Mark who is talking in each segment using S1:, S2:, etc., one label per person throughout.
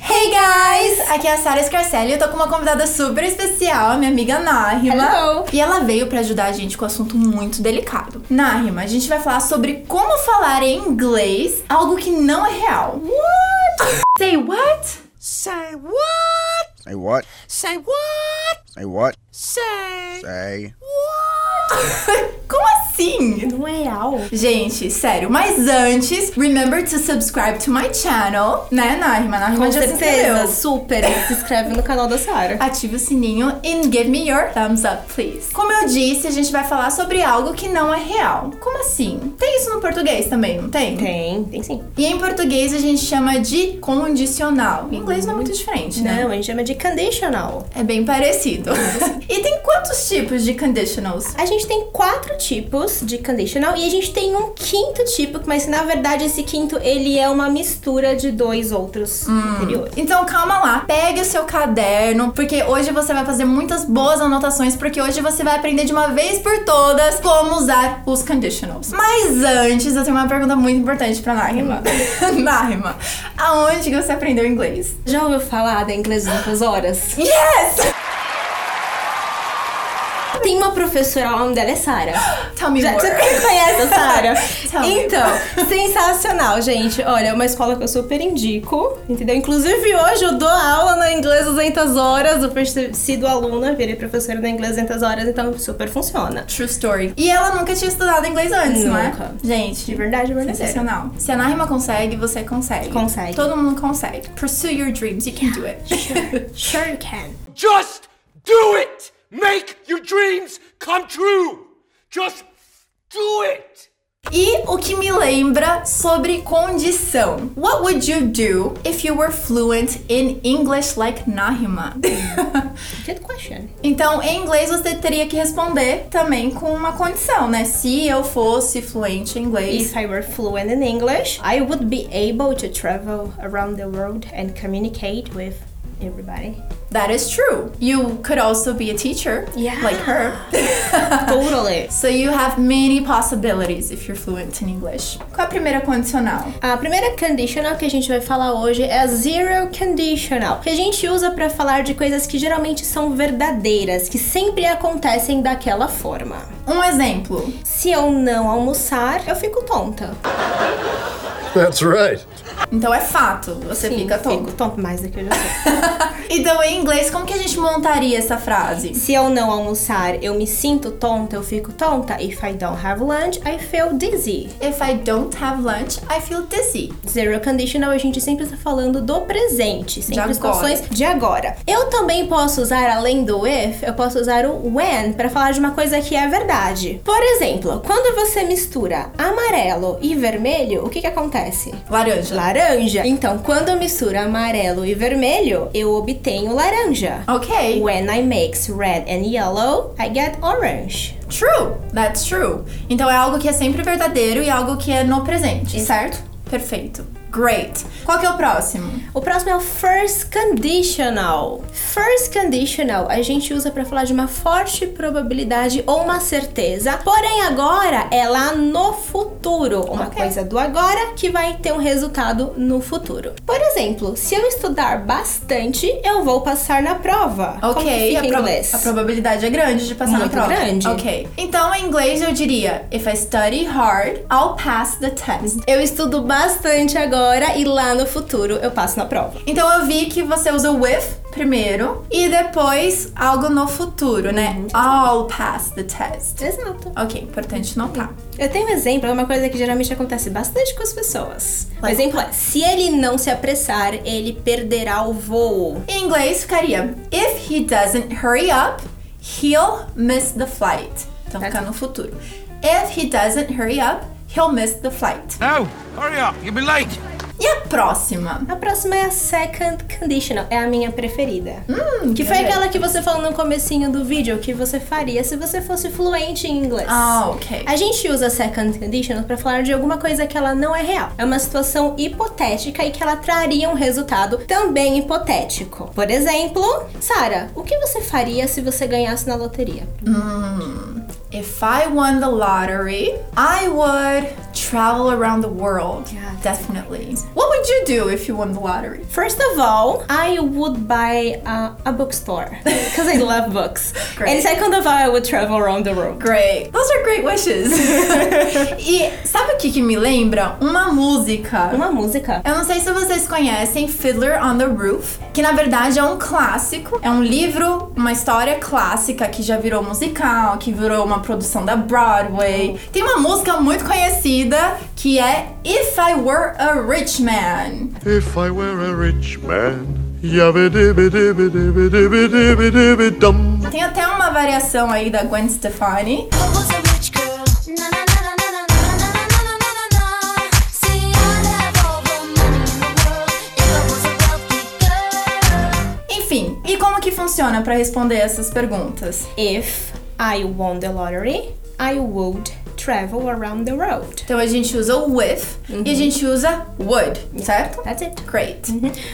S1: Hey guys! Aqui é a Sara Scarcelli e eu tô com uma convidada super especial, minha amiga Nárima.
S2: Hello!
S1: E ela veio pra ajudar a gente com um assunto muito delicado. Nárima, a gente vai falar sobre como falar em inglês algo que não é real.
S2: Say what?
S3: Say what?
S4: Say what?
S3: Say what?
S4: Say what?
S3: Say
S4: Say.
S1: Como assim?
S2: Não é real.
S1: Gente, sério, mas antes, remember to subscribe to my channel, né, Nárima? Nárima
S2: Com
S1: já
S2: certeza,
S1: se inscreveu.
S2: super. Se inscreve no canal da Sara.
S1: Ative o sininho and give me your thumbs up, please. Como eu disse, a gente vai falar sobre algo que não é real. Como assim? Tem isso no português também, não tem?
S2: Tem, tem sim.
S1: E em português a gente chama de condicional. Em inglês não é muito diferente, né?
S2: Não, a gente chama de conditional.
S1: É bem parecido. e tem quantos tipos de conditionals?
S2: A gente tem quatro tipos de conditional e a gente tem um quinto tipo, mas na verdade esse quinto ele é uma mistura de dois outros anteriores.
S1: Então calma lá, pegue o seu caderno, porque hoje você vai fazer muitas boas anotações, porque hoje você vai aprender de uma vez por todas como usar os conditionals. Mas antes, eu tenho uma pergunta muito importante pra Nárima.
S2: Hum.
S1: Nárima, aonde que você aprendeu inglês?
S2: Já ouviu falar da inglês em poucas horas?
S1: Yes!
S2: Tem uma professora, o nome dela é Sara.
S1: Tell me
S2: Já
S1: more.
S2: você conhece a Sara?
S1: Tell me
S2: então, sensacional, gente. Olha, é uma escola que eu super indico, entendeu? Inclusive, hoje eu dou aula na Inglês 200 Horas. Eu fui- sido aluna, virei professora na Inglês 200 Horas, então super funciona.
S1: True story. E ela nunca tinha estudado inglês antes, não é?
S2: Nunca.
S1: Gente,
S2: De verdade, verdadeira.
S1: sensacional. Se a Nárima consegue, você consegue.
S2: Consegue.
S1: Todo mundo consegue. Pursue your dreams, you can do it.
S2: Sure you can.
S3: Just do it! Make your dreams come true! Just do it!
S1: E o que me lembra sobre condição. What would you do if you were fluent in English like Nahima?
S2: Good question.
S1: então, em inglês você teria que responder também com uma condição, né? Se eu fosse fluente em inglês.
S2: If I were fluent in English, I would be able to travel around the world and communicate with everybody.
S1: That is true. You could also be a teacher
S2: Yeah.
S1: like her.
S2: Totally.
S1: so you have many possibilities if you're fluent in English. Qual é a primeira condicional?
S2: A primeira conditional que a gente vai falar hoje é a zero conditional, que a gente usa pra falar de coisas que geralmente são verdadeiras, que sempre acontecem daquela forma.
S1: Um exemplo.
S2: Se eu não almoçar, eu fico tonta.
S5: That's right.
S1: Então é fato, você fica tonto.
S2: Fico tonta mais do que eu já sou.
S1: Então em inglês, como que a gente montaria essa frase?
S2: Se eu não almoçar, eu me sinto tonta, eu fico tonta. If I don't have lunch, I feel dizzy.
S1: If I don't have lunch, I feel dizzy.
S2: Zero conditional, a gente sempre está falando do presente, sempre as
S1: agora.
S2: situações de agora. Eu também posso usar, além do if, eu posso usar o when para falar de uma coisa que é verdade. Por exemplo, quando você mistura amarelo e vermelho, o que que acontece?
S1: Laranja.
S2: Laranja. Então, quando eu misturo amarelo e vermelho, eu obtenho laranja.
S1: Ok.
S2: When I mix red and yellow, I get orange.
S1: True. That's true. Então é algo que é sempre verdadeiro e algo que é no presente, certo? Perfeito. Great. Qual que é o próximo?
S2: O próximo é o first conditional. First conditional a gente usa para falar de uma forte probabilidade ou uma certeza, porém agora é lá no futuro, uma
S1: Ok.
S2: coisa do agora que vai ter um resultado no futuro. Por exemplo, se eu estudar bastante, eu vou passar na prova. Como que
S1: Ok,
S2: fica
S1: a,
S2: em
S1: proba-
S2: inglês?
S1: a probabilidade é grande de passar na
S2: Muito
S1: prova.
S2: grande.
S1: Ok. Então, em inglês eu diria: If I study hard, I'll pass the test.
S2: Eu estudo bastante agora e lá no futuro eu passo na prova.
S1: Então eu vi que você usa o with primeiro e depois algo no futuro, né? I'll pass the test.
S2: Exato.
S1: Ok, importante notar.
S2: Eu tenho um exemplo, é uma coisa que geralmente acontece bastante com as pessoas. O exemplo é: se ele não se apressar, ele perderá o voo.
S1: Em inglês ficaria If he doesn't hurry up, he'll miss the flight. Então fica no futuro. If he doesn't hurry up, he'll miss the flight.
S3: No! Hurry up! You'll be late!
S1: E a próxima?
S2: A próxima é a second conditional, é a minha preferida.
S1: Hum,
S2: Hum, que foi
S1: quero ver.
S2: aquela que você falou no comecinho do vídeo que você faria se você fosse fluente em inglês.
S1: Ah, ok.
S2: A gente usa a second conditional para falar de alguma coisa que ela não é real. É uma situação hipotética e que ela traria um resultado também hipotético. Por exemplo, Sara, o que você faria se você ganhasse na loteria?
S1: If I won the lottery, I would Travel around the world.
S2: Yeah.
S1: Definitely. What would you do if you won the lottery?
S2: First of all, I would buy uh, a bookstore because I love books.
S1: Great.
S2: And second of all, I would travel around the world.
S1: Great. Those are great wishes. e sabe o que, que me lembra? Uma música.
S2: Uma música.
S1: Eu não sei se vocês conhecem Fiddler on the Roof, que na verdade é um clássico, é um livro, uma história clássica que já virou musical, que virou uma produção da Broadway. Tem uma música muito conhecida que é If I Were a Rich Man.
S4: If I were a rich man, yabba dibba dibba dibba dibba dibba dibba dum.
S1: Tem até uma variação aí da Gwen Stefani.
S6: I was a rich girl. Na na na na na na na na na na na na. See, I'd have all the money in the world if I was a wealthy girl.
S1: Enfim, e como que funciona pra responder essas perguntas?
S2: If I won the lottery, I would travel around the world.
S1: Então a gente usa o with e a gente usa would, certo?
S2: Uhum. That's it.
S1: Great.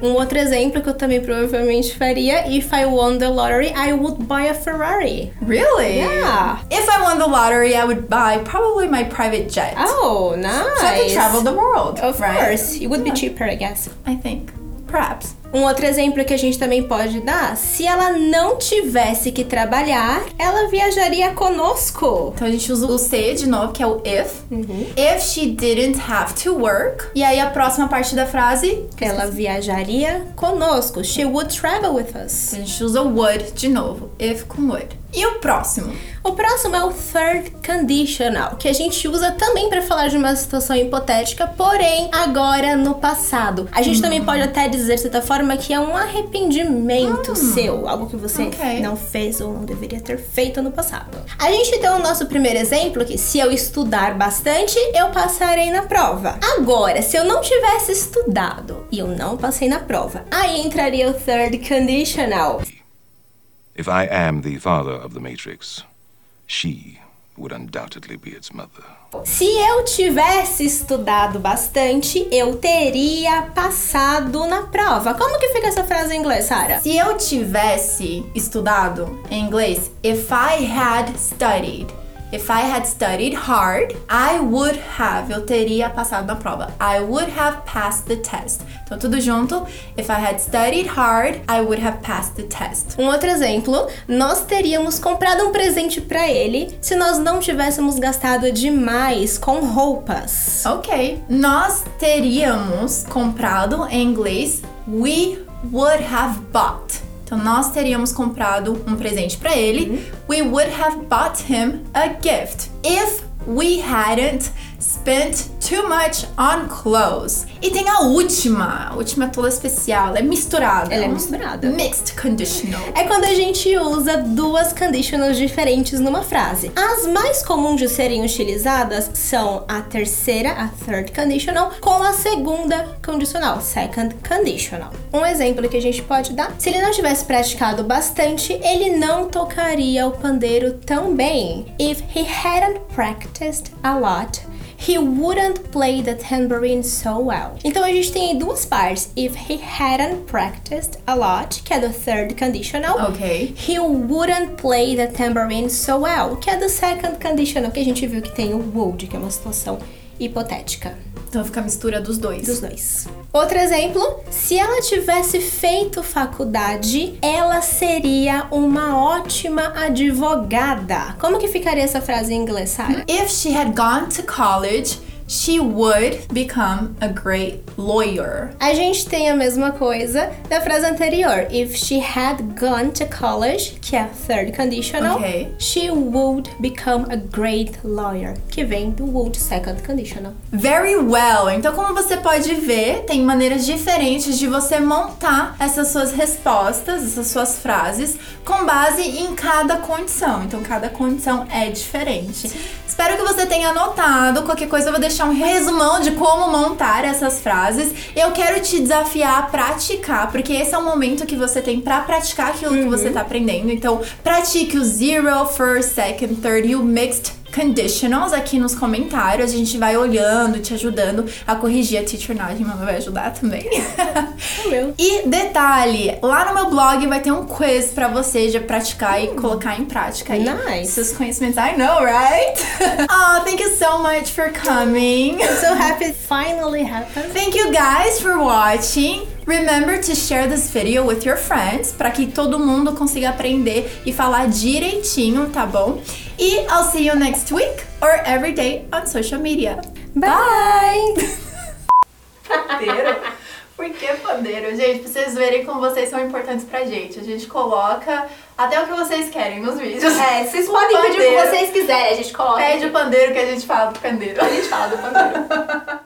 S2: Um outro exemplo que eu também provavelmente faria, if I won the lottery, I would buy a Ferrari.
S1: Really?
S2: Yeah.
S1: If I won the lottery, I would buy probably my private jet.
S2: Oh, nice.
S1: So I could travel the world.
S2: Of
S1: right?
S2: course, it would be cheaper, I guess.
S1: I think. Perhaps.
S2: Um outro exemplo que a gente também pode dar, se ela não tivesse que trabalhar, ela viajaria conosco.
S1: Então a gente usa o se de novo, que é o if.
S2: Uhum.
S1: If she didn't have to work. E aí a próxima parte da frase,
S2: Ela viajaria conosco. She would travel with us.
S1: a gente usa o would de novo. If com would. E o próximo?
S2: O próximo é o third conditional, que a gente usa também para falar de uma situação hipotética, porém agora no passado. A gente também pode até dizer de certa forma que é um arrependimento seu, algo que você
S1: Ok.
S2: não fez ou não deveria ter feito no passado. A gente tem o nosso primeiro exemplo que se eu estudar bastante, eu passarei na prova. Agora, se eu não tivesse estudado e eu não passei na prova, aí entraria o third conditional.
S7: If I am the father of the Matrix, she would undoubtedly be its mother.
S2: Se eu tivesse estudado bastante, eu teria passado na prova. Como que fica essa frase em inglês, Sara?
S1: Se eu tivesse estudado em inglês, if I had studied. If I had studied hard, I would have. Eu teria passado na prova. I would have passed the test. Então, tudo junto. If I had studied hard, I would have passed the test.
S2: Um outro exemplo, nós teríamos comprado um presente pra ele se nós não tivéssemos gastado demais com roupas.
S1: Ok. Nós teríamos comprado em inglês. We would have bought. Então, nós teríamos comprado um presente pra
S2: Uhum.
S1: ele. We would have bought him a gift. If we hadn't spent too much on clothes. E tem a última. A última é toda especial. Ela é misturada.
S2: Ela é misturada.
S1: Mixed conditional.
S2: É quando a gente usa duas conditionals diferentes numa frase. As mais comuns de serem utilizadas são a terceira, a third conditional, com a segunda condicional, second conditional. Um exemplo que a gente pode dar: se ele não tivesse praticado bastante, ele não tocaria o pandeiro tão bem. If he hadn't practiced a lot, He wouldn't play the tambourine so well. Então a gente tem aí duas partes. If he hadn't practiced a lot, que é do third conditional.
S1: Ok.
S2: He wouldn't play the tambourine so well, que é do second conditional, que a gente viu que tem o would, que é uma situação hipotética
S1: Então fica a mistura dos dois.
S2: dos dois. Outro exemplo, se ela tivesse feito faculdade, ela seria uma ótima advogada. Como que ficaria essa frase em inglês, Sarah?
S1: If she had gone to college, she would become a great lawyer.
S2: A gente tem a mesma coisa da frase anterior. If she had gone to college, que é a third conditional,
S1: Ok.
S2: she would become a great lawyer, que vem do would second conditional.
S1: Very well. Então, como você pode ver, tem maneiras diferentes de você montar essas suas respostas, essas suas frases, com base em cada condição. Então, cada condição é diferente. Espero que você tenha anotado. Qualquer coisa, eu vou deixar um resumão de como montar essas frases. Eu quero te desafiar a praticar, porque esse é o momento que você tem pra praticar aquilo que você tá aprendendo. Então, pratique o zero, first, second, third e o mixed conditionals aqui nos comentários. A gente vai olhando, te ajudando a corrigir. A teacher Nadia vai ajudar também.
S2: É meu.
S1: E detalhe, lá no meu blog vai ter um quiz pra você já praticar e colocar em prática aí
S2: Hum. Nice.
S1: seus conhecimentos. I know, right? oh, thank you so much for coming.
S2: So happy it finally happened.
S1: Thank you guys for watching. Remember to share this video with your friends para que todo mundo consiga aprender e falar direitinho, tá bom? E I'll see you next week or every day on social media. Bye. pandeiro? Por que pandeiro? Gente, pra vocês verem como vocês são importantes pra gente. A gente coloca até o que vocês querem nos vídeos.
S8: É, vocês podem pedir o que
S1: pandeiro.
S8: vocês quiserem, a gente coloca.
S1: Pede o pandeiro que a gente fala do pandeiro.
S8: A gente fala do pandeiro.